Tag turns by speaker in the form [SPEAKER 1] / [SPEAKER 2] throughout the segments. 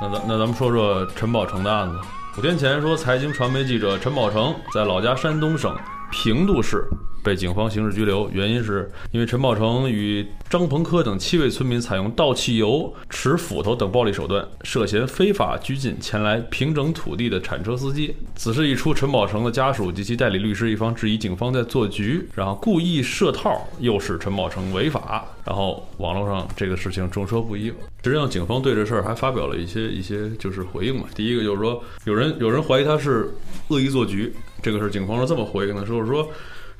[SPEAKER 1] 那咱那咱们说说陈宝成的案子。五天前说，财经传媒记者陈宝成在老家山东省平度市被警方刑事拘留，原因是因为陈宝成与张鹏科等七位村民采用倒汽油、持斧头等暴力手段，涉嫌非法拘禁前来平整土地的铲车司机。此事一出，陈宝成的家属及其代理律师一方质疑警方在做局，然后故意设套，诱使陈宝成违法。然后网络上这个事情众说不一，实际上警方对这事儿还发表了一些一些就是回应嘛。第一个就是说，有人有人怀疑他是恶意做局，这个事儿警方是这么回应的，就是说。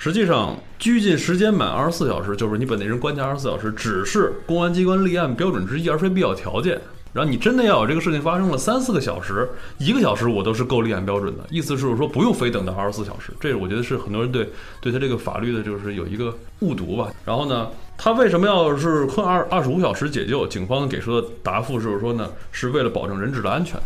[SPEAKER 1] 实际上，拘禁时间满二十四小时，就是你把那人关起二十四小时，只是公安机关立案标准之一，而非必要条件。然后你真的要有这个事情发生了三四个小时，一个小时我都是够立案标准的。意思是说不用非等到二十四小时，这我觉得是很多人对对他这个法律的就是有一个误读吧。然后呢，他为什么要是困二二十五小时解救？警方给出的答复就是说呢，是为了保证人质的安全。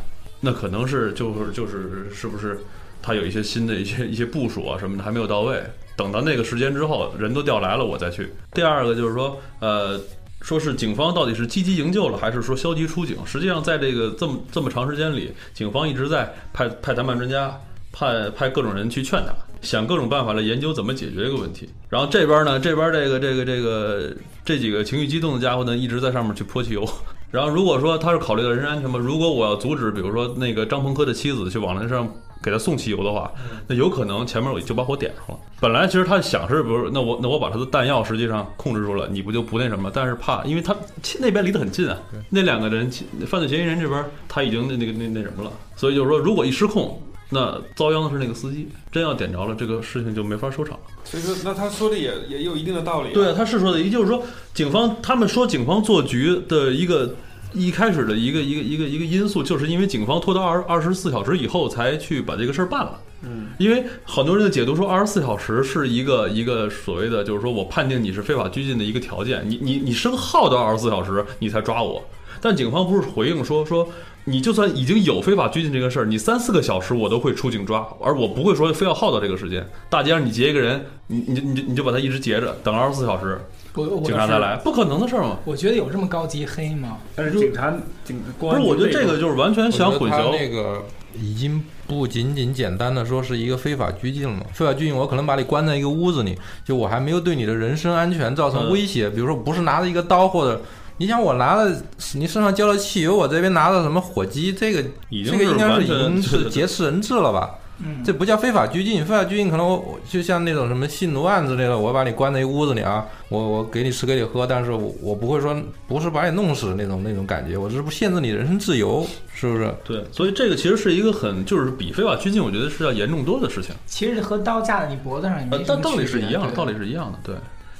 [SPEAKER 1] 那可能是就是就是是不是他有一些新的一些一些部署啊什么的还没有到位。等到那个时间之后，人都调来了，我再去。第二个就是说，呃，说是警方到底是积极营救了，还是说消极出警？实际上，在这个这么这么长时间里，警方一直在派派谈判专家，派派各种人去劝他，想各种办法来研究怎么解决这个问题。然后这边呢，这边这个这个这个这几个情绪激动的家伙呢，一直在上面去泼汽油。然后如果说他是考虑到人身安全吗？如果我要阻止，比如说那个张鹏科的妻子去往那上。给他送汽油的话，那有可能前面我就把火点上了。本来其实他想是不是，那我那我把他的弹药实际上控制住了，你不就不那什么？但是怕，因为他那边离得很近啊，那两个人犯罪嫌疑人这边他已经那那个那那什么了，所以就是说，如果一失控，那遭殃的是那个司机。真要点着了，这个事情就没法收场。
[SPEAKER 2] 所以说，那他说的也也有一定的道理、啊。
[SPEAKER 1] 对，他是说的，也就是说，警方他们说警方做局的一个。一开始的一个一个一个一个因素，就是因为警方拖到二二十四小时以后才去把这个事儿办了。
[SPEAKER 2] 嗯，
[SPEAKER 1] 因为很多人的解读说二十四小时是一个一个所谓的，就是说我判定你是非法拘禁的一个条件，你你你生耗到二十四小时你才抓我。但警方不是回应说说你就算已经有非法拘禁这个事儿，你三四个小时我都会出警抓，而我不会说非要耗到这个时间。大街上你截一个人，你你你你就把他一直截着，等二十四小时。
[SPEAKER 3] 我我
[SPEAKER 1] 警察再来，不可能的事儿嘛！
[SPEAKER 3] 我觉得有这么高级黑吗？
[SPEAKER 4] 但是警察警
[SPEAKER 1] 不是，我觉得这个就是完全想混淆。
[SPEAKER 5] 那个已经不仅仅简单的说是一个非法拘禁了，非法拘禁我可能把你关在一个屋子里，就我还没有对你的人身安全造成威胁，嗯、比如说不是拿着一个刀或者。你想我拿了你身上浇了汽油，我这边拿了什么火机？这个这个应该是已经是劫持人质了吧？
[SPEAKER 3] 嗯，
[SPEAKER 5] 这不叫非法拘禁，非法拘禁可能我就像那种什么性奴案之类的，我把你关在一屋子里啊，我我给你吃给你喝，但是我我不会说不是把你弄死那种那种感觉，我这不限制你人身自由，是不是？
[SPEAKER 1] 对，所以这个其实是一个很就是比非法拘禁，我觉得是要严重多的事情。
[SPEAKER 3] 其实和刀架在你脖子上也没
[SPEAKER 1] 呃但道理是一样的，道理是一样的，对。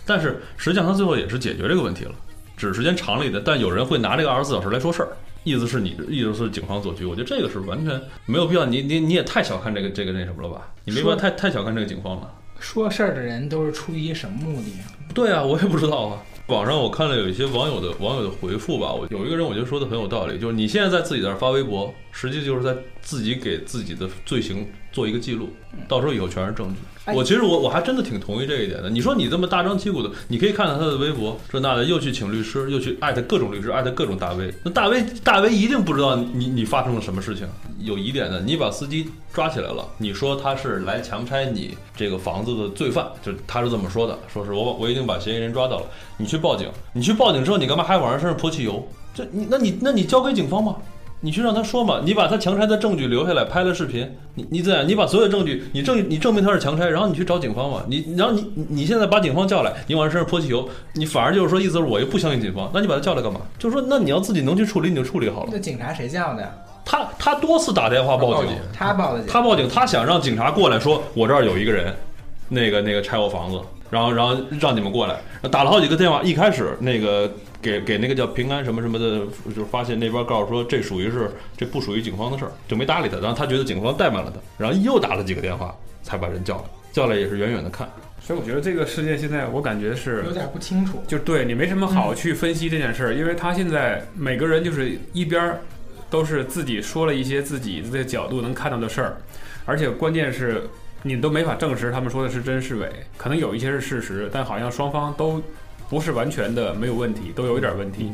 [SPEAKER 1] 但是实际上他最后也是解决这个问题了。只是时间长了一点，但有人会拿这个二十四小时来说事儿，意思是你，意思是警方做局，我觉得这个是完全没有必要。你你你也太小看这个这个那什么了吧？你没必要太太小看这个警方了。
[SPEAKER 3] 说事儿的人都是出于什么目的？
[SPEAKER 1] 对啊，我也不知道啊。网上我看了有一些网友的网友的回复吧，我有一个人我觉得说的很有道理，就是你现在在自己那儿发微博，实际就是在自己给自己的罪行做一个记录，到时候以后全是证据。我其实我我还真的挺同意这一点的。你说你这么大张旗鼓的，你可以看看他的微博，这那的又去请律师，又去艾特各种律师，艾特各种大 V，那大 V 大 V 一定不知道你你发生了什么事情。有疑点的，你把司机抓起来了，你说他是来强拆你这个房子的罪犯，就他是这么说的，说是我我已经把嫌疑人抓到了，你去报警，你去报警之后，你干嘛还往人身上泼汽油？这你那你那你交给警方吧。你去让他说嘛，你把他强拆的证据留下来，拍了视频，你你怎样？你把所有证据，你证你证明他是强拆，然后你去找警方嘛，你然后你你现在把警方叫来，你往人身上泼汽油，你反而就是说意思是我又不相信警方，那你把他叫来干嘛？就是说，那你要自己能去处理你就处理好了。
[SPEAKER 3] 那警察谁叫的？
[SPEAKER 1] 他他多次打电话报警，
[SPEAKER 3] 他报的警，
[SPEAKER 1] 他报警，他想让警察过来说，我这儿有一个人，那个那个拆我房子，然后然后让你们过来，打了好几个电话，一开始那个。给给那个叫平安什么什么的，就是发现那边告诉说这属于是这不属于警方的事儿，就没搭理他。然后他觉得警方怠慢了他，然后又打了几个电话才把人叫来，叫来也是远远的看。
[SPEAKER 4] 所以我觉得这个世界现在，我感觉是
[SPEAKER 3] 有点不清楚，
[SPEAKER 4] 就对你没什么好去分析这件事儿，因为他现在每个人就是一边儿都是自己说了一些自己的角度能看到的事儿，而且关键是你都没法证实他们说的是真是伪，可能有一些是事实，但好像双方都。不是完全的没有问题，都有一点问题，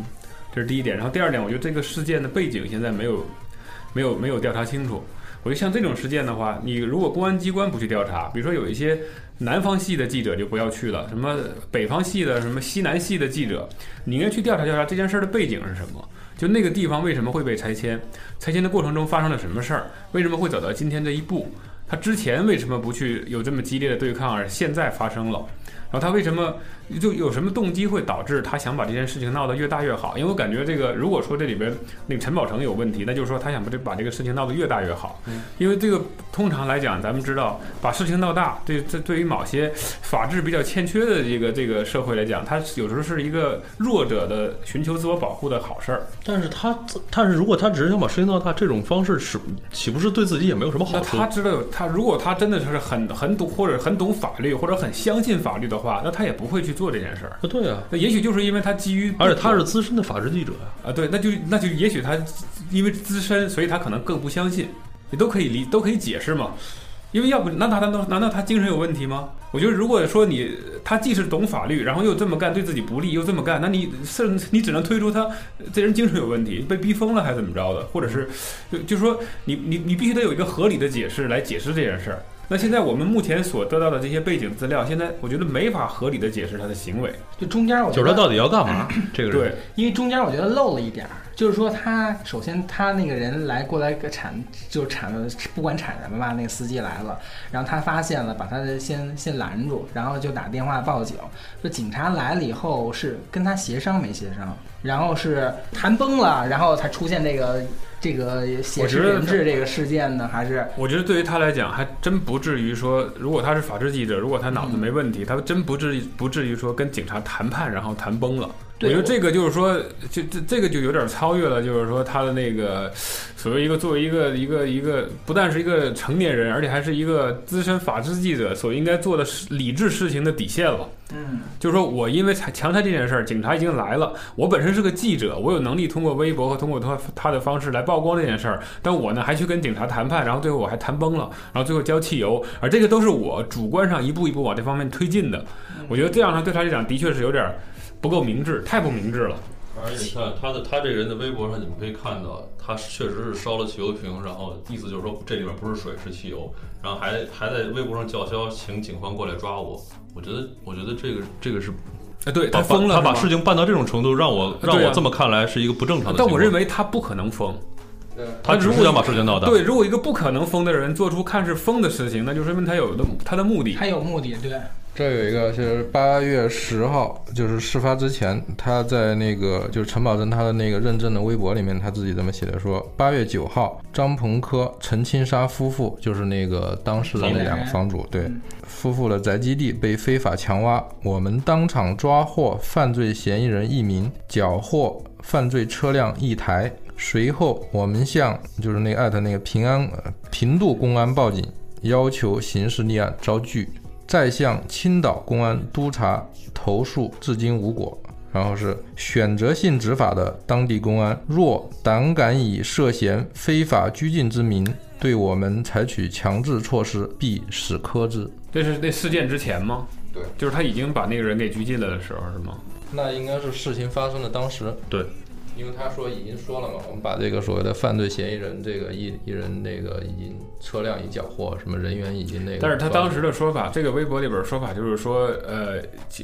[SPEAKER 4] 这是第一点。然后第二点，我觉得这个事件的背景现在没有没有没有调查清楚。我觉得像这种事件的话，你如果公安机关不去调查，比如说有一些南方系的记者就不要去了，什么北方系的、什么西南系的记者，你应该去调查调查这件事儿的背景是什么，就那个地方为什么会被拆迁，拆迁的过程中发生了什么事儿，为什么会走到今天这一步，他之前为什么不去有这么激烈的对抗，而现在发生了？然后他为什么就有什么动机会导致他想把这件事情闹得越大越好？因为我感觉这个，如果说这里边那个陈宝成有问题，那就是说他想把这把这个事情闹得越大越好。因为这个通常来讲，咱们知道把事情闹大，对这对于某些法治比较欠缺的这个这个社会来讲，它有时候是一个弱者的寻求自我保护的好事儿。
[SPEAKER 1] 但是他，但是如果他只是想把事情闹大，这种方式是岂不是对自己也没有什么
[SPEAKER 4] 那
[SPEAKER 1] 好处？
[SPEAKER 4] 他知道有他，如果他真的是很很懂或者很懂法律或者很相信法律的话，那他也不会去做这件事儿。
[SPEAKER 1] 啊对啊，
[SPEAKER 4] 那也许就是因为他基于不
[SPEAKER 1] 而且他
[SPEAKER 4] 懂
[SPEAKER 1] 是资深的法制记者呀、
[SPEAKER 4] 啊，对，那就那就也许他因为资深，所以他可能更不相信，你都可以理都可以解释嘛。因为要不，那他难道难道他精神有问题吗？我觉得，如果说你他既是懂法律，然后又这么干对自己不利，又这么干，那你是你只能推出他这人精神有问题，被逼疯了还是怎么着的？或者是就就是说你你你必须得有一个合理的解释来解释这件事儿。那现在我们目前所得到的这些背景资料，现在我觉得没法合理的解释他的行为。
[SPEAKER 3] 就中间我觉
[SPEAKER 1] 就是
[SPEAKER 3] 得
[SPEAKER 1] 他到底要干嘛？这个人
[SPEAKER 4] 对，
[SPEAKER 3] 因为中间我觉得漏了一点儿，就是说他首先他那个人来过来个铲，就铲了，不管铲什么吧，那个司机来了，然后他发现了，把他先先拦住，然后就打电话报警。说警察来了以后是跟他协商没协商，然后是谈崩了，然后才出现这个这个挟持
[SPEAKER 4] 我觉得
[SPEAKER 3] 人质这个事件呢，还是
[SPEAKER 4] 我觉得对于他来讲，还真不至于说，如果他是法制记者，如果他脑子
[SPEAKER 3] 嗯
[SPEAKER 4] 没问题，他真不至于不至于说跟警察谈判然后谈崩了。我
[SPEAKER 3] 对
[SPEAKER 4] 觉得
[SPEAKER 3] 我
[SPEAKER 4] 这个就是说，就这这个就有点超越了，就是说他的那个所谓一个作为一个一个一个，不但是一个成年人，而且还是一个资深法制记者所应该做的事理智事情的底线了。
[SPEAKER 3] 嗯，
[SPEAKER 4] 就是说我因为强强拆这件事儿，警察已经来了。我本身是个记者，我有能力通过微博和通过他他的方式来曝光这件事儿，但我呢还去跟警察谈判，然后最后我还谈崩了，然后最后浇汽油，而这个都是我主观上一步一步往这方面推进的。我觉得这样呢，对他来讲的确是有点儿不够明智，太不明智了。
[SPEAKER 1] 而且你看他的他这个人的微博上，你们可以看到，他确实是烧了汽油瓶，然后意思就是说这里边不是水是汽油，然后还还在微博上叫嚣，请警方过来抓我。我觉得，我觉得这个这个是
[SPEAKER 4] 啊，对
[SPEAKER 1] 把
[SPEAKER 4] 他疯了，
[SPEAKER 1] 他把
[SPEAKER 4] 是
[SPEAKER 1] 事
[SPEAKER 4] 吗。
[SPEAKER 1] 情办到这种程度，让我
[SPEAKER 4] 对啊
[SPEAKER 1] 让我这么看来是一个不正常的情
[SPEAKER 4] 但
[SPEAKER 1] 况。
[SPEAKER 4] 我认为他不可能疯，
[SPEAKER 1] 啊他只是想把事情闹大。
[SPEAKER 4] 对，如果一个不可能疯的人做出看似疯的事情，那就说明他有的他的目的。
[SPEAKER 3] 他有目的，对，
[SPEAKER 5] 这有一个，就是八月十号，就是事发之前，他在那个就是陈宝珍他的那个认证的微博里面，他自己这么写的说，八月九号，张鹏科、陈青沙夫妇，就是那个当事的那两个房主，对
[SPEAKER 3] 嗯，
[SPEAKER 5] 夫妇的宅基地被非法强挖，我们当场抓获犯罪嫌疑人一名，缴获犯罪车辆一台。随后，我们向就是那个艾特那个平安呃平度公安报警，要求刑事立案招拒。再向青岛公安督察投诉，至今无果。然后是选择性执法的当地公安，若胆敢以涉嫌非法拘禁之名对我们采取强制措施，必死科之。
[SPEAKER 4] 这是那事件之前吗？对，就是他已经把那个人给拘禁了的时候，是吗？
[SPEAKER 5] 那应该是事情发生的当时。
[SPEAKER 1] 对，
[SPEAKER 5] 因为他说已经说了嘛，我们把这个所谓的犯罪嫌疑人这个一一人那个已经车辆已缴获，什么人员已经那个。
[SPEAKER 4] 但是他当时的说法，这个微博里边说法就是说，呃，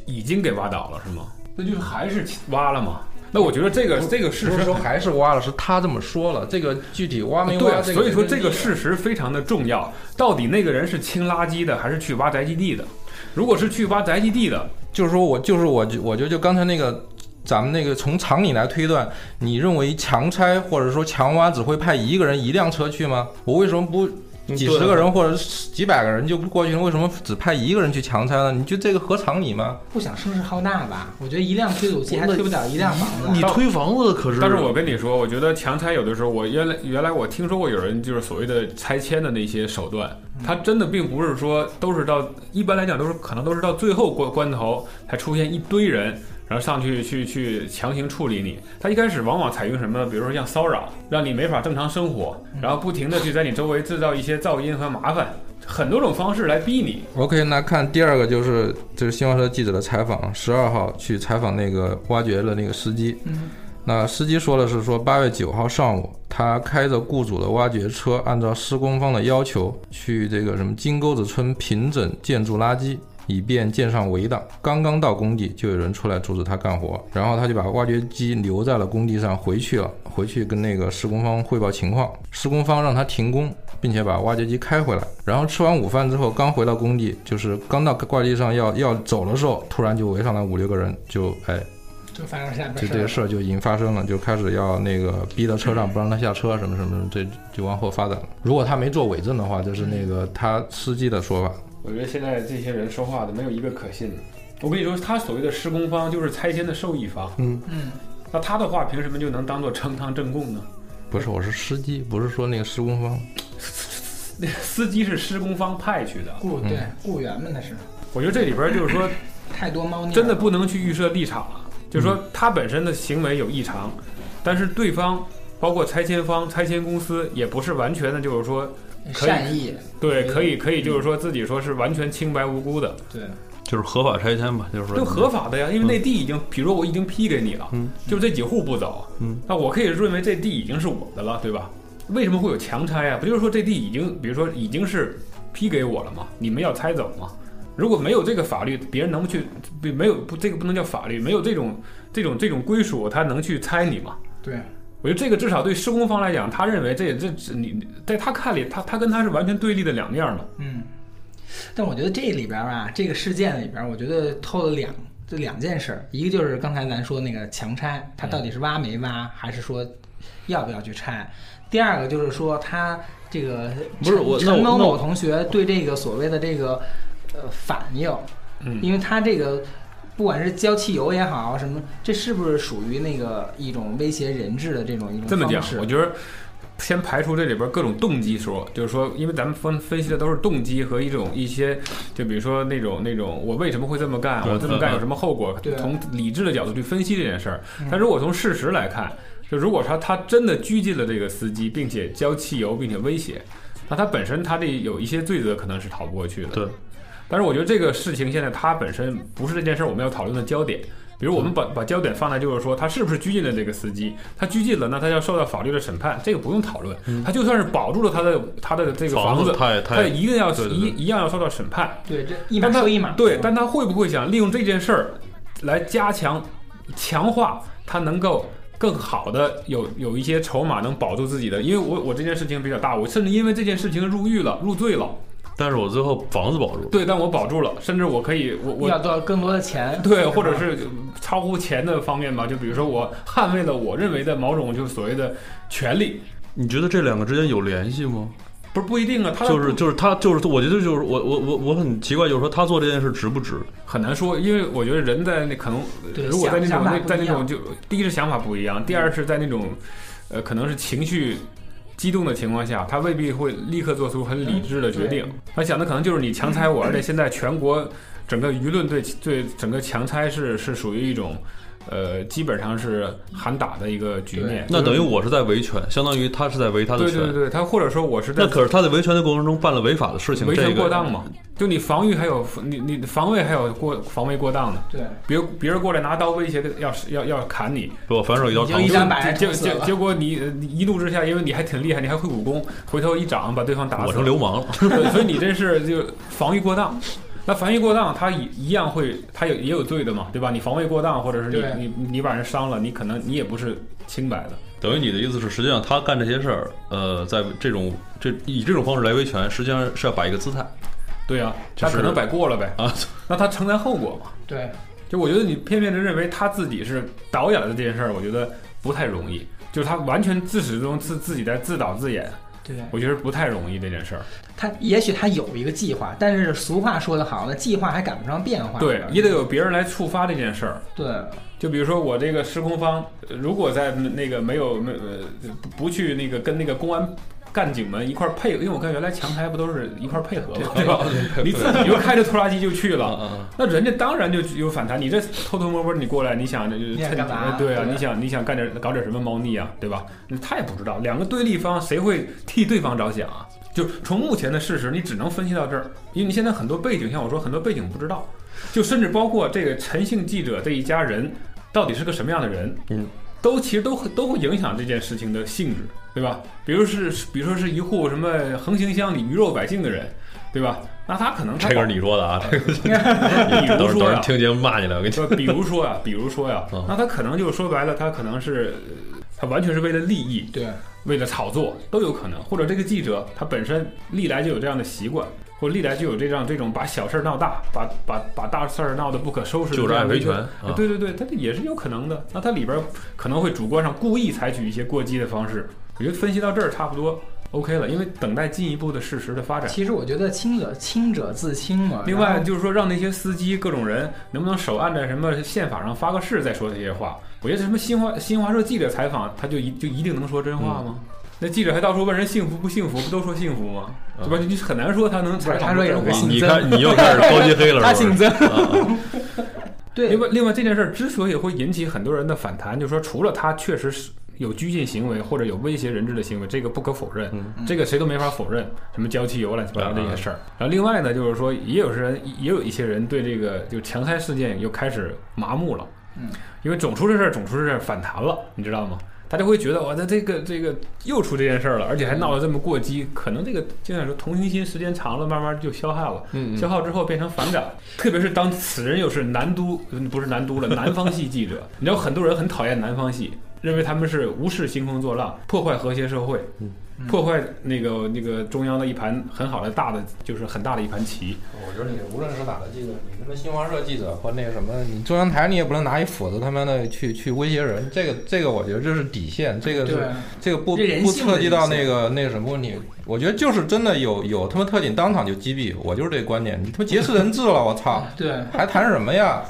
[SPEAKER 4] 已经给挖倒了，是吗？那就是还是挖了嘛？那我觉得这个这个事
[SPEAKER 5] 不是
[SPEAKER 4] 实
[SPEAKER 5] 说，还是挖了，是他这么说了。这个具体挖没
[SPEAKER 4] 对
[SPEAKER 5] 挖，
[SPEAKER 4] 啊，所以说这个
[SPEAKER 5] 是。
[SPEAKER 4] 事实非常的重要。到底那个人是清垃圾的，还是去挖宅基地的？如果是去挖宅基地的，
[SPEAKER 5] 就是说我就是我就我觉得就刚才那个。咱们那个从常理来推断，你认为强拆或者说强挖只会派一个人一辆车去吗？我为什么不几十个人或者是几百个人就过去了？为什么只派一个人去强拆呢？你就这个合常理吗？
[SPEAKER 3] 不想声势浩大吧？我觉得一辆追逐机还推不了一辆房子。
[SPEAKER 1] 你推房子可是，
[SPEAKER 4] 但是我跟你说，我觉得强拆有的时候，我原来原来我听说过有人就是所谓的拆迁的那些手段，他真的并不是说都是到一般来讲都是可能都是到最后关关头才出现一堆人。然后上去去去强行处理你，他一开始往往采用什么，比如说像骚扰，让你没法正常生活，然后不停的去在你周围制造一些噪音和麻烦，很多种方式来逼你。
[SPEAKER 5] OK，那看第二个就是就是新华社记者的采访，十二号去采访那个挖掘了那个司机，
[SPEAKER 3] 嗯
[SPEAKER 5] 那司机说的是说八月九号上午，他开着雇主的挖掘车，按照施工方的要求去这个什么金沟子村平整建筑垃圾，以便建上围挡。刚刚到工地，就有人出来阻止他干活，然后他就把挖掘机留在了工地上，回去了，回去跟那个施工方汇报情况，施工方让他停工。并且把挖掘机开回来，然后吃完午饭之后，刚回到工地，就是刚到挂地上要要走的时候，突然就围上来五六个人，就哎
[SPEAKER 3] 就发生下边
[SPEAKER 5] 这这些事儿 就已经发生了，就开始要那个逼到车上不让他下车，什么什么什么，这就往后发展了。如果他没做伪证的话，就是那个他司机的说法。
[SPEAKER 4] 我觉得现在这些人说话的没有一个可信的。我跟你说，他所谓的施工方就是拆迁的受益方，
[SPEAKER 5] 嗯，
[SPEAKER 3] 嗯，
[SPEAKER 4] 那他的话凭什么就能当做呈堂证供呢？
[SPEAKER 5] 不是，我是司机，不是说那个施工方。
[SPEAKER 4] 那司机是施工方派去的。
[SPEAKER 3] 雇对雇员们那是
[SPEAKER 4] 我觉得这里边就是说，
[SPEAKER 3] 太多猫腻了，
[SPEAKER 4] 真的不能去预设立场了，就是说他本身的行为有异常，但是对方包括拆迁方、拆迁公司也不是完全的，就是说可以
[SPEAKER 3] 善意
[SPEAKER 4] 对，
[SPEAKER 3] 嗯
[SPEAKER 4] 可以可以，就是说自己说是完全清白无辜的，
[SPEAKER 3] 对
[SPEAKER 1] 就是合法拆迁吧，就是说
[SPEAKER 4] 这合法的呀，因为那地已经，比如说我已经批给你了，
[SPEAKER 1] 嗯
[SPEAKER 4] 就这几户不走，
[SPEAKER 1] 嗯，
[SPEAKER 4] 那我可以认为这地已经是我的了，对吧？为什么会有强拆啊？不就是说这地已经，比如说已经是批给我了吗？你们要拆走吗？如果没有这个法律，别人能去，不没有不这个不能叫法律，没有这种这种这种归属，他能去拆你吗？
[SPEAKER 3] 对
[SPEAKER 4] 我觉得这个至少对施工方来讲，他认为这这这你在他看里，他他跟他是完全对立的两面嘛。
[SPEAKER 3] 嗯。但我觉得这里边儿啊，这个事件里边儿，我觉得透了两这两件事儿，一个就是刚才咱说那个强拆，他到底是挖没挖，还是说要不要去拆？第二个就是说他这个
[SPEAKER 1] 不是我那我
[SPEAKER 3] 陈某
[SPEAKER 1] 那我
[SPEAKER 3] 某同学对这个所谓的这个呃反应，
[SPEAKER 4] 嗯
[SPEAKER 3] 因为他这个不管是浇汽油也好，什么，这是不是属于那个一种威胁人质的这种一种
[SPEAKER 4] 这么讲
[SPEAKER 3] 方，式
[SPEAKER 4] 我觉得先排除这里边各种动机说，就是说，因为咱们分分析的都是动机和一种一些，就比如说那种那种我为什么会这么干，
[SPEAKER 1] 对
[SPEAKER 4] 我这么
[SPEAKER 1] 嗯
[SPEAKER 4] 干有什么后果
[SPEAKER 3] 对，嗯
[SPEAKER 4] 从理智的角度去分析这件事儿。但如果从事实来看，就如果他他真的拘禁了这个司机，并且浇汽油，并且威胁，那他本身他这有一些罪责可能是逃不过去的。
[SPEAKER 1] 对，
[SPEAKER 4] 但是我觉得这个事情现在它本身不是这件事儿我们要讨论的焦点。比如我们把把焦点放在就是说他是不是拘禁了这个司机，他拘禁了，那他要受到法律的审判，这个不用讨论。
[SPEAKER 1] 嗯
[SPEAKER 4] 他就算是保住了他的他的这个
[SPEAKER 1] 房
[SPEAKER 4] 子，
[SPEAKER 1] 太
[SPEAKER 4] 他也
[SPEAKER 1] 太
[SPEAKER 4] 一定要
[SPEAKER 1] 对对嗯对
[SPEAKER 4] 一一样要受到审判。
[SPEAKER 3] 对这一码
[SPEAKER 4] 但他
[SPEAKER 3] 说一码，
[SPEAKER 4] 对，但他会不会想利用这件事儿来加强强化他能够更好的有有一些筹码能保住自己的？因为我我这件事情比较大，我甚至因为这件事情入狱了，入罪了。
[SPEAKER 1] 但是我最后房子保住了，
[SPEAKER 4] 对，但我保住了，甚至我可以我我
[SPEAKER 3] 要到更多的钱，
[SPEAKER 4] 对，或
[SPEAKER 3] 吧
[SPEAKER 4] 者是超乎钱的方面吧，就比如说我捍卫了我认为的某种就所谓的权利，
[SPEAKER 1] 你觉得这两个之间有联系吗？
[SPEAKER 4] 不是不一定啊，他
[SPEAKER 1] 就是就是他就是，我觉得就是我我我我很奇怪，就是说他做这件事值不值？
[SPEAKER 4] 很难说，因为我觉得人在那可能，
[SPEAKER 3] 对
[SPEAKER 4] 如果在那
[SPEAKER 3] 想
[SPEAKER 4] 种
[SPEAKER 3] 法
[SPEAKER 4] 那
[SPEAKER 3] 不
[SPEAKER 4] 在那
[SPEAKER 3] 一样嗯
[SPEAKER 4] 种就第一是想法不一样，第二是在那种呃可能是情绪。激动的情况下，他未必会立刻做出很理智的决定。
[SPEAKER 3] 嗯
[SPEAKER 4] 他想的可能就是你强拆我，而且现在全国整个舆论对对整个强拆是是属于一种，呃，基本上是喊打的一个局
[SPEAKER 3] 对
[SPEAKER 4] 面。
[SPEAKER 1] 那
[SPEAKER 4] 就
[SPEAKER 1] 等
[SPEAKER 4] 是
[SPEAKER 1] 于我是在维权，相当于他是在维他的
[SPEAKER 4] 对
[SPEAKER 1] 权。
[SPEAKER 4] 对对，他或者说我是在
[SPEAKER 1] 那可是他在维权的过程中办了违法的事情，
[SPEAKER 4] 维
[SPEAKER 1] 这
[SPEAKER 4] 权
[SPEAKER 1] 个嗯
[SPEAKER 4] 过当嘛？就你防御还有你你防卫还有过防卫过当的，
[SPEAKER 3] 对，
[SPEAKER 4] 别别人过来拿刀威胁的要要要砍你，
[SPEAKER 1] 我反手一刀
[SPEAKER 3] 你就
[SPEAKER 1] 扛
[SPEAKER 3] 一
[SPEAKER 1] 死
[SPEAKER 3] 刀
[SPEAKER 1] 了
[SPEAKER 3] 把人
[SPEAKER 4] 结
[SPEAKER 3] 捅死
[SPEAKER 4] 结
[SPEAKER 3] 了
[SPEAKER 4] 结果你你一怒之下，因为你还挺厉害，你还会武功，回头一掌把对方打死，
[SPEAKER 1] 我成流氓了。
[SPEAKER 4] 对，所以你这是就防御过当。那防御过当，他一一样会，他有也有罪的嘛，对吧？你防卫过当，或者是
[SPEAKER 3] 对
[SPEAKER 4] 你你你把人伤了，你可能你也不是清白的。
[SPEAKER 1] 等于你的意思是，实际上他干这些事儿，呃，在这种这以这种方式来维权，实际上是要摆一个姿态
[SPEAKER 4] 对啊，
[SPEAKER 1] 就
[SPEAKER 4] 他
[SPEAKER 1] 是
[SPEAKER 4] 可能摆过了呗，
[SPEAKER 1] 啊。
[SPEAKER 4] 那他承担后果嘛。
[SPEAKER 3] 对，
[SPEAKER 4] 就我觉得你片面的认为他自己是导演了这件事儿，我觉得不太容易。就是他完全自始至终自自己在自导自演，
[SPEAKER 3] 对，
[SPEAKER 4] 我觉得不太容易这件事儿。
[SPEAKER 3] 他也许他有一个计划，但是俗话说得好，那计划还赶不上变化。
[SPEAKER 4] 对，也得有别人来触发这件事儿。
[SPEAKER 3] 对
[SPEAKER 4] 就比如说我这个施工方，呃如果在那个没有没呃不不去那个跟那个公安干警们一块儿配合，因为我看原来强拆不都是一块儿配合嘛，对吧？你自己就开着拖拉机就去了，
[SPEAKER 1] 啊
[SPEAKER 4] 那人家当然就有反弹，你这偷偷摸摸你过来，你想这就
[SPEAKER 3] 你
[SPEAKER 4] 趁
[SPEAKER 3] 想干嘛
[SPEAKER 4] 哎对啊，
[SPEAKER 3] 对
[SPEAKER 4] 你想你想干点搞点什么猫腻啊，对吧？他也不知道，两个对立方谁会替对方着想啊？就是从目前的事实，你只能分析到这儿，因为你现在很多背景，像我说很多背景不知道，就甚至包括这个陈姓记者这一家人到底是个什么样的人，
[SPEAKER 1] 嗯，
[SPEAKER 4] 都其实都会都会影响这件事情的性质，对吧？比如是比如说是一户什么横行乡里鱼肉百姓的人，对吧？那他可能他
[SPEAKER 1] 这个是你说的啊，这个
[SPEAKER 4] 比如
[SPEAKER 1] 等会儿
[SPEAKER 4] 说
[SPEAKER 1] 等会
[SPEAKER 4] 呀
[SPEAKER 1] 儿，听节目骂你了，我跟你讲。
[SPEAKER 4] 不比如说呀，比如说呀
[SPEAKER 1] 嗯，
[SPEAKER 4] 那他可能就是说白了，他可能是呃他完全是为了利益，
[SPEAKER 3] 对，
[SPEAKER 4] 为了炒作都有可能，或者这个记者他本身历来就有这样的习惯，或历来就有这样这种把小事儿闹大，把把把大事儿闹得不可收拾的
[SPEAKER 1] 就是
[SPEAKER 4] 这样的
[SPEAKER 1] 爱
[SPEAKER 4] 一个哎
[SPEAKER 1] 维权啊
[SPEAKER 4] 对对对，他这也是有可能的。那他里边可能会主观上故意采取一些过激的方式，我觉得分析到这儿差不多 OK 了，因为等待进一步的事实的发展。
[SPEAKER 3] 其实我觉得清者清者自清嘛。
[SPEAKER 4] 哎另
[SPEAKER 3] 然
[SPEAKER 4] 外
[SPEAKER 3] 后
[SPEAKER 4] 就是说，让那些司机各种人能不能手按在什么宪法上发个誓再说这些话？我觉得什么新华新华社记者采访，他就一就一定能说真话
[SPEAKER 3] 嗯
[SPEAKER 4] 吗？那记者还到处问人幸福不幸福，不都说幸福吗？对吧？你很难说他能采
[SPEAKER 3] 不是
[SPEAKER 4] 访
[SPEAKER 3] 嗯他说
[SPEAKER 4] 出真
[SPEAKER 3] 有
[SPEAKER 4] 话
[SPEAKER 3] 姓
[SPEAKER 1] 啊你
[SPEAKER 3] 曾
[SPEAKER 1] 看，你又开始高级黑了，
[SPEAKER 3] 他
[SPEAKER 1] 是不
[SPEAKER 3] 姓
[SPEAKER 1] 是
[SPEAKER 3] 曾，
[SPEAKER 1] 啊
[SPEAKER 3] 对
[SPEAKER 4] 另，外，另外这件事儿之所以会引起很多人的反弹，就是说，除了他确实是有拘禁行为或者有威胁人质的行为，这个不可否认，
[SPEAKER 5] 嗯
[SPEAKER 4] 这个谁都没法否认，什么交汽油乱七八糟这些
[SPEAKER 5] 啊
[SPEAKER 4] 事儿。然后另外呢，就是说，也有人也有一些人对这个就强拆事件又开始麻木了，
[SPEAKER 3] 嗯，
[SPEAKER 4] 因为总出这事儿，总出这事儿反弹了，你知道吗？大家会觉得哇，那这个这个又出这件事儿了，而且还闹得这么过激，可能这个就像说同情心时间长了，慢慢就消耗了。
[SPEAKER 5] 嗯
[SPEAKER 4] 消耗之后变成反感，特别是当此人又是南都，嗯不是南都了，南方系记者。你知道很多人很讨厌南方系，认为他们是无视兴风作浪，破坏和谐社会，破坏那个那个中央的一盘很好的大的就是很大的一盘棋。
[SPEAKER 5] 我觉得你无论是哪个记者，你他妈新华社记者或那个什么，你中央台你也不能拿一斧子他妈的去去威胁人，这个这个我觉得这是底线，这个
[SPEAKER 3] 对
[SPEAKER 5] 是这个不
[SPEAKER 3] 这人
[SPEAKER 5] 不
[SPEAKER 3] 性的
[SPEAKER 5] 涉及到
[SPEAKER 3] 底线
[SPEAKER 5] 那个那个什么问题。我觉得就是真的有有他妈特警当场就击毙，我就是这观点，你他妈劫持人质了，我操！
[SPEAKER 3] 对。
[SPEAKER 5] 还谈什么 呀？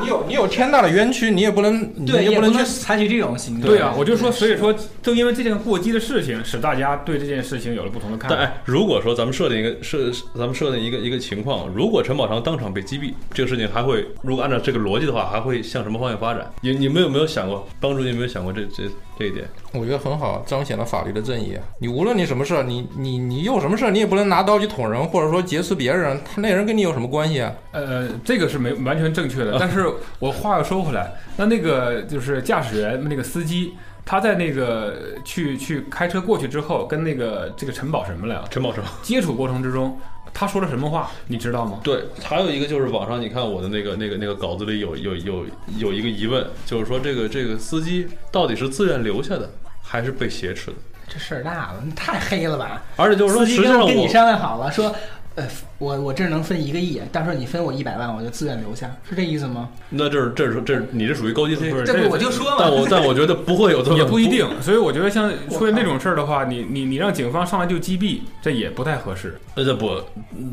[SPEAKER 5] 你有你有天大的冤屈，你也不能你
[SPEAKER 3] 对，
[SPEAKER 5] 也
[SPEAKER 3] 不
[SPEAKER 5] 不能去
[SPEAKER 3] 采取这种行动。
[SPEAKER 4] 对啊，我就说，所以说，正因为这件过激的事情，使大家对这件事情有了不同的看
[SPEAKER 1] 但
[SPEAKER 4] 法。
[SPEAKER 1] 哎，如果说咱们设定一个设，咱们设定一个一个情况，如果陈宝长当场被击毙，这个事情还会，如果按照这个逻辑的话，还会向什么方向发展？你你们有没有想过，帮助你有没有想过这这这一点？
[SPEAKER 5] 我觉得很好，彰显了法律的正义。啊你无论你什么事儿，你你你有什么事儿，你也不能拿刀去捅人，或者说劫持别人。他那人跟你有什么关系啊？
[SPEAKER 4] 呃，这个是没完全正确的，但是我话又说回来，那那个就是驾驶员那个司机，他在那个去去开车过去之后，跟那个这个陈宝什么来了
[SPEAKER 1] 陈宝成，
[SPEAKER 4] 接触过程之中，他说了什么话，你知道吗？
[SPEAKER 1] 对，还有一个就是网上你看我的那个那个那个稿子里有有有有一个疑问，就是说这个这个司机到底是自愿留下的，还是被挟持的？
[SPEAKER 3] 这事儿大了，你太黑了吧？
[SPEAKER 1] 而且就是说，
[SPEAKER 3] 司
[SPEAKER 1] 实
[SPEAKER 3] 机
[SPEAKER 1] 际
[SPEAKER 3] 跟
[SPEAKER 1] 上
[SPEAKER 3] 跟你
[SPEAKER 1] 我
[SPEAKER 3] 商量好了，说，呃，我我这儿能分一个亿，到时候你分我一百万，我就自愿留下，是这意思吗？
[SPEAKER 1] 那这是这是这是你这属于高级黑
[SPEAKER 4] 不，是
[SPEAKER 3] 这
[SPEAKER 4] 这
[SPEAKER 3] 不我就说
[SPEAKER 1] 但
[SPEAKER 3] 嘛，
[SPEAKER 1] 我但我觉得不会有这么
[SPEAKER 4] 也不一定，所以我觉得像出现这种事儿的话，你你你让警方上来就击毙，这也不太合适。
[SPEAKER 1] 呃，这不，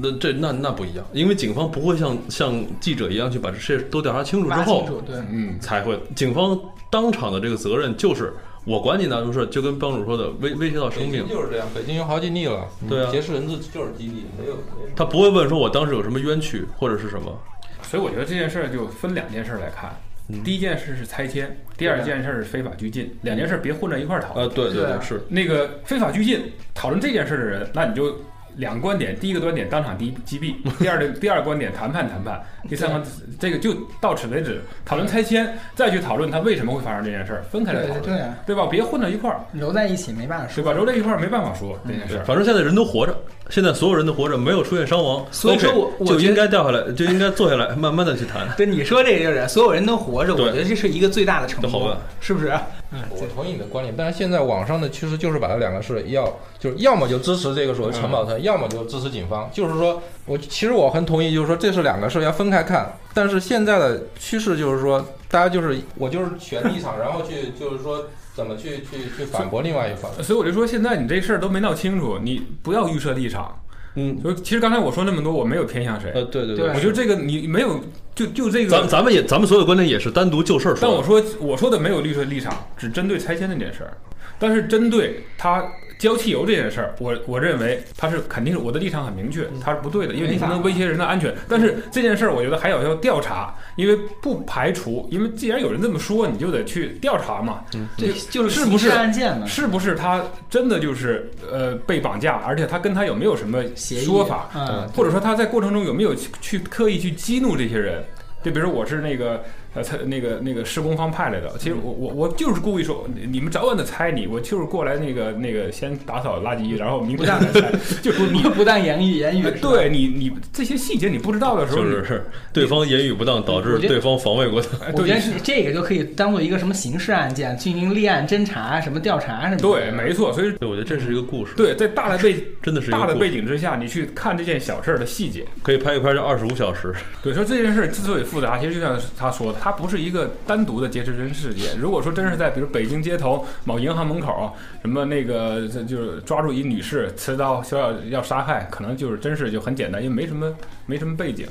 [SPEAKER 1] 那这那那不一样，因为警方不会像像记者一样去把这事都调查清楚之
[SPEAKER 3] 拉清
[SPEAKER 1] 后
[SPEAKER 3] 楚，对，
[SPEAKER 4] 嗯，
[SPEAKER 1] 才会。警方当场的这个责任就是，我管你那什么事，就跟帮主说的，威威胁到生命，
[SPEAKER 5] 就是这样，北京有好几例了。
[SPEAKER 1] 对啊
[SPEAKER 5] 劫持人质就是基地，没有没
[SPEAKER 1] 他不会问说我当时有什么冤屈或者是什么。
[SPEAKER 4] 所以我觉得这件事儿就分两件事儿来看。
[SPEAKER 3] 嗯
[SPEAKER 4] 第一件事是拆迁，第二件事是非法拘禁，两件事儿别混在一块儿讨论
[SPEAKER 1] 啊，。对
[SPEAKER 3] 对啊
[SPEAKER 1] 对，是，
[SPEAKER 4] 那个非法拘禁讨论这件事的人，那你就两个观点：第一个观点当场击击毙，第二个第二个观点谈判谈判，第三个这个就到此为止。讨论拆迁，再去讨论它为什么会发生这件事儿，分开来
[SPEAKER 3] 对
[SPEAKER 4] 讨
[SPEAKER 3] 对
[SPEAKER 4] 论，
[SPEAKER 3] 对啊，
[SPEAKER 4] 对吧？别混到一块儿，
[SPEAKER 3] 揉在一起没办法
[SPEAKER 4] 对
[SPEAKER 3] 说。
[SPEAKER 4] 吧？揉在一块儿没办法说这件事儿。
[SPEAKER 3] 嗯
[SPEAKER 1] 反正现在人都活着，现在所有人都活着，没有出现伤亡，
[SPEAKER 3] 所以说
[SPEAKER 1] OK，
[SPEAKER 3] 我我
[SPEAKER 1] 就
[SPEAKER 3] 觉得
[SPEAKER 1] 应该掉下来，就应该坐下来， 慢慢的去谈。
[SPEAKER 3] 对你说这个就是所有人都活着，我
[SPEAKER 1] 对
[SPEAKER 3] 觉得这是一个最大的成
[SPEAKER 1] 这好
[SPEAKER 3] 功
[SPEAKER 1] 办，
[SPEAKER 3] 是嗯不是？
[SPEAKER 5] 我同意你的观点，但是现在网上的趋势就是把这两个事要，就是要么就支持这个所谓陈宝成，要么就支持警方。就是说我其实我很同意，就是说这是两个事要分开看。但是现在的趋势就是说，大家就是我就是选立场，然后去就是说怎么去去去反驳另外一方。
[SPEAKER 4] 所以我就说，现在你这事儿都没闹清楚，你不要预设立场。
[SPEAKER 1] 嗯，
[SPEAKER 4] 就是其实刚才我说那么多，我没有偏向谁，
[SPEAKER 1] 呃，对对
[SPEAKER 3] 对
[SPEAKER 4] 我觉得这个你没有就就这个
[SPEAKER 1] 咱咱们也咱们所有观点也是单独就事儿说
[SPEAKER 4] 但
[SPEAKER 1] 的。
[SPEAKER 4] 我说我说的没有绿色立场，只针对拆迁那件事儿。但是针对他浇汽油这件事儿，我我认为他是肯定是我的立场很明确，他是不对的，因为
[SPEAKER 3] 嗯
[SPEAKER 4] 你
[SPEAKER 3] 没
[SPEAKER 4] 不
[SPEAKER 3] 法
[SPEAKER 4] 能威胁人的安全。但是这件事儿，我觉得还要要调查，因为不排除，因为既然有人这么说，你就得去调查嘛。
[SPEAKER 1] 嗯
[SPEAKER 3] 对，就是
[SPEAKER 4] 是不是
[SPEAKER 3] 刑事案件嘛？
[SPEAKER 4] 是不是他真的就是呃被绑架，而且他跟他有没有什么
[SPEAKER 3] 协议
[SPEAKER 4] 说法，
[SPEAKER 3] 嗯
[SPEAKER 4] 或者说他在过程中有没有去去刻意去激怒这些人？就比如说我是那个呃，他那个那个施工方派来的。其实我我我就是故意说，你你们早晚得猜你，我就是过来那个那个先打扫垃圾，然后明目张胆 地猜，就是 你
[SPEAKER 3] 嗯不但言语言语
[SPEAKER 4] 哎，
[SPEAKER 3] 是吧，
[SPEAKER 4] 对你你这些细节你不知道的时候，
[SPEAKER 1] 就
[SPEAKER 4] 你
[SPEAKER 1] 是对方言语不当导致
[SPEAKER 3] 我觉得
[SPEAKER 1] 对方防卫过当。
[SPEAKER 4] 哎
[SPEAKER 3] 我
[SPEAKER 4] 对
[SPEAKER 3] 觉得你这个就可以当做一个什么刑事案件进行立案、侦查、什么调查什么的。
[SPEAKER 4] 对，没错，所以
[SPEAKER 1] 对，我觉得这是一个故事，
[SPEAKER 4] 对在大的背
[SPEAKER 1] 真的是一个
[SPEAKER 4] 大的
[SPEAKER 1] 故事
[SPEAKER 4] 背景之下，你去看这件小事儿的细节。
[SPEAKER 1] 可以拍一拍这二十五小时。
[SPEAKER 4] 对，说这件事之所以复杂，其实就像他说的，它不是一个单独的劫持真事件。如果说真是在比如北京街头某银行门口，什么那个这就是抓住一女士持刀想要要杀害，可能就是真是就很简单，因为没什么没什么背景，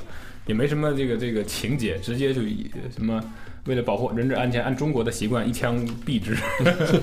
[SPEAKER 4] 也没什么这个这个情节，直接就以什么为了保护人质安全，按中国的习惯一枪毙之。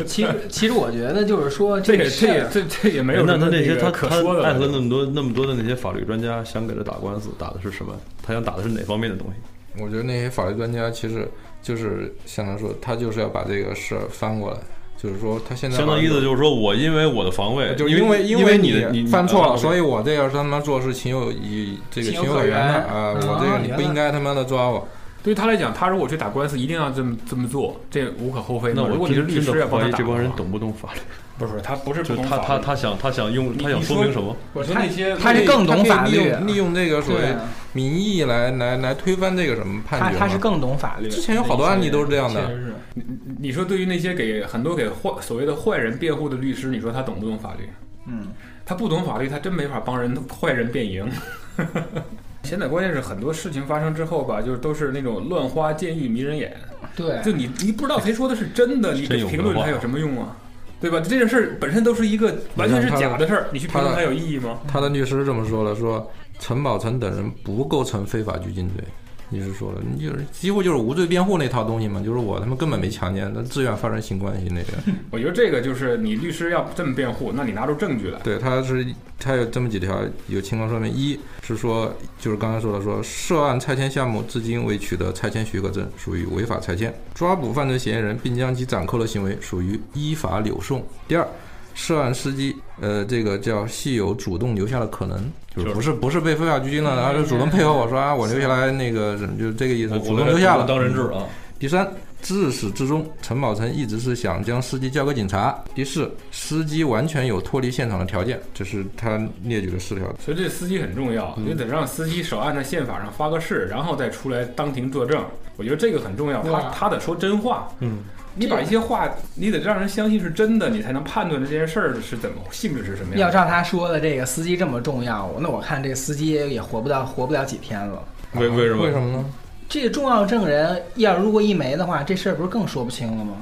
[SPEAKER 3] 其实其实我觉得就是啊说
[SPEAKER 4] 这
[SPEAKER 3] 个
[SPEAKER 4] 也
[SPEAKER 3] 事
[SPEAKER 4] 这也
[SPEAKER 3] 儿，
[SPEAKER 4] 这这也没有
[SPEAKER 1] 那
[SPEAKER 4] 什么
[SPEAKER 1] 他那些
[SPEAKER 4] 个
[SPEAKER 1] 他
[SPEAKER 4] 可
[SPEAKER 1] 他
[SPEAKER 4] 说的了。
[SPEAKER 1] 艾特了那么多那么多的那些法律专家，想给他打官司，打的是什么？他想打的是哪方面的东西？
[SPEAKER 5] 我觉得那些法律专家其实就是像他说，他就是要把这个事儿翻过来，就是说他现在
[SPEAKER 1] 相当于意思就是说我因为我的防卫，
[SPEAKER 5] 就是
[SPEAKER 1] 因
[SPEAKER 5] 因为
[SPEAKER 1] 因
[SPEAKER 5] 为
[SPEAKER 1] 你的你啊呃
[SPEAKER 5] 犯错了，所
[SPEAKER 1] 以
[SPEAKER 5] 以我这要是他妈做事情有以这个
[SPEAKER 3] 情有
[SPEAKER 5] 有
[SPEAKER 3] 可
[SPEAKER 5] 原的
[SPEAKER 3] 原
[SPEAKER 5] 啊，
[SPEAKER 3] 啊
[SPEAKER 5] 我这个你
[SPEAKER 3] 原
[SPEAKER 5] 不
[SPEAKER 3] 来
[SPEAKER 5] 应该他妈的抓我。
[SPEAKER 4] 对于他来讲，他如果去打官司，一定要这么这么做，这无可厚非嘛。
[SPEAKER 1] 那
[SPEAKER 4] 如
[SPEAKER 1] 我
[SPEAKER 4] 果你是
[SPEAKER 1] 真
[SPEAKER 4] 律
[SPEAKER 1] 真
[SPEAKER 4] 师，要
[SPEAKER 1] 的
[SPEAKER 4] 帮
[SPEAKER 1] 怀
[SPEAKER 4] 他
[SPEAKER 1] 疑
[SPEAKER 4] 打
[SPEAKER 1] 这帮人
[SPEAKER 4] 的话
[SPEAKER 1] 懂不懂法律？
[SPEAKER 4] 不是他不是
[SPEAKER 1] 就
[SPEAKER 4] 不
[SPEAKER 1] 是
[SPEAKER 4] 懂
[SPEAKER 1] 他
[SPEAKER 4] 法
[SPEAKER 1] 他
[SPEAKER 4] 律
[SPEAKER 1] 他想他想用
[SPEAKER 4] 你
[SPEAKER 1] 他想
[SPEAKER 4] 你
[SPEAKER 1] 说
[SPEAKER 4] 说
[SPEAKER 1] 明什么？
[SPEAKER 4] 我说那些
[SPEAKER 3] 他
[SPEAKER 5] 可以
[SPEAKER 3] 是更懂
[SPEAKER 5] 他可以
[SPEAKER 3] 法律
[SPEAKER 5] 利用利用这个所谓
[SPEAKER 3] 对啊
[SPEAKER 5] 民意来来来推翻这个什么判
[SPEAKER 3] 他
[SPEAKER 5] 决
[SPEAKER 3] 他
[SPEAKER 5] 嘛
[SPEAKER 3] 是更懂法律。
[SPEAKER 5] 之前有好多案例都是这样
[SPEAKER 3] 确
[SPEAKER 5] 的，
[SPEAKER 3] 实是。
[SPEAKER 4] 你你说对于那些给很多给坏所谓的坏人辩护的律师，你说他懂不懂法律？
[SPEAKER 3] 嗯，
[SPEAKER 4] 他不懂法律，他真没法帮人坏人辩赢。 现在关键是很多事情发生之后吧，就是都是那种乱花渐欲迷人眼，
[SPEAKER 3] 对，
[SPEAKER 4] 就你你不知道谁说的是真的，你
[SPEAKER 1] 真有
[SPEAKER 4] 评论
[SPEAKER 1] 文化
[SPEAKER 4] 它有什么用啊？对吧？这件事儿本身都是一个完全是假的事儿，你去评论它有意义吗？
[SPEAKER 5] 他的律师这么说了，说陈宝成等人不构成非法拘禁罪。律师说了，你就是几乎就是无罪辩护那套东西嘛，就是我他妈根本没强奸，他自愿发生性关系那个。
[SPEAKER 4] 我觉得这个就是你律师要这么辩护，那你拿出证据来。
[SPEAKER 5] 对，他是他有这么几条有情况说明：一是说，就是刚才说的说，涉案拆迁项目至今未取得拆迁许可证，属于违法拆迁；抓捕犯罪嫌疑人并将其掌扣的行为，属于依法扭送。第二，涉案司机呃，这个叫系有主动留下的可能，就是不是不是被非法拘禁了，然后就主动配合我说啊，我留下来那个就是这个意思，
[SPEAKER 1] 我
[SPEAKER 5] 主动留下了，
[SPEAKER 1] 当人质啊，
[SPEAKER 5] 第三，自始至终，陈宝成一直是想将司机交给警察。第四，司机完全有脱离现场的条件，这是他列举的四条。
[SPEAKER 4] 所以这司机很重要，
[SPEAKER 5] 嗯
[SPEAKER 4] 你得让司机首按在宪法上发个誓，然后再出来当庭作证。我觉得这个很重要，
[SPEAKER 3] 对
[SPEAKER 4] 他
[SPEAKER 3] 啊
[SPEAKER 4] 他得说真话。
[SPEAKER 1] 嗯，
[SPEAKER 4] 你把一些话，你得让人相信是真的，你才能判断这件事儿是怎么性质是什么
[SPEAKER 3] 要
[SPEAKER 4] 样的。
[SPEAKER 3] 照他说的这个司机这么重要，那我看这司机也活不到活不了几天了。
[SPEAKER 1] 为为什么
[SPEAKER 5] 为什么呢？
[SPEAKER 3] 这个重要证人要如果一没的话，这事儿不是更说不清了吗？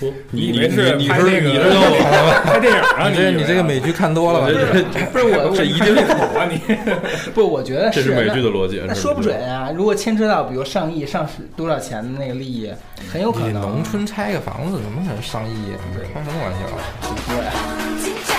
[SPEAKER 1] 不你
[SPEAKER 4] 以为
[SPEAKER 1] 你
[SPEAKER 4] 是
[SPEAKER 1] 你
[SPEAKER 4] 拍
[SPEAKER 1] 是
[SPEAKER 4] 那个
[SPEAKER 1] 你是要我
[SPEAKER 4] 拍电影啊？
[SPEAKER 5] 你这
[SPEAKER 4] 以为
[SPEAKER 5] 你
[SPEAKER 4] 啊
[SPEAKER 5] 这个 美剧看多 了吧？
[SPEAKER 1] 这这
[SPEAKER 3] 不是我，
[SPEAKER 1] 这
[SPEAKER 3] 我
[SPEAKER 1] 一定
[SPEAKER 4] 口啊你！
[SPEAKER 3] 不，我觉得
[SPEAKER 1] 这是美剧
[SPEAKER 3] 的。
[SPEAKER 1] 的逻辑，
[SPEAKER 3] 那说不准啊，如果牵扯到比如上亿、上十多少钱的那个利益，很有可
[SPEAKER 5] 你
[SPEAKER 3] 能。
[SPEAKER 5] 农村拆个房子，怎么可能上亿啊？开什么玩笑啊？
[SPEAKER 3] 对，
[SPEAKER 6] 金秋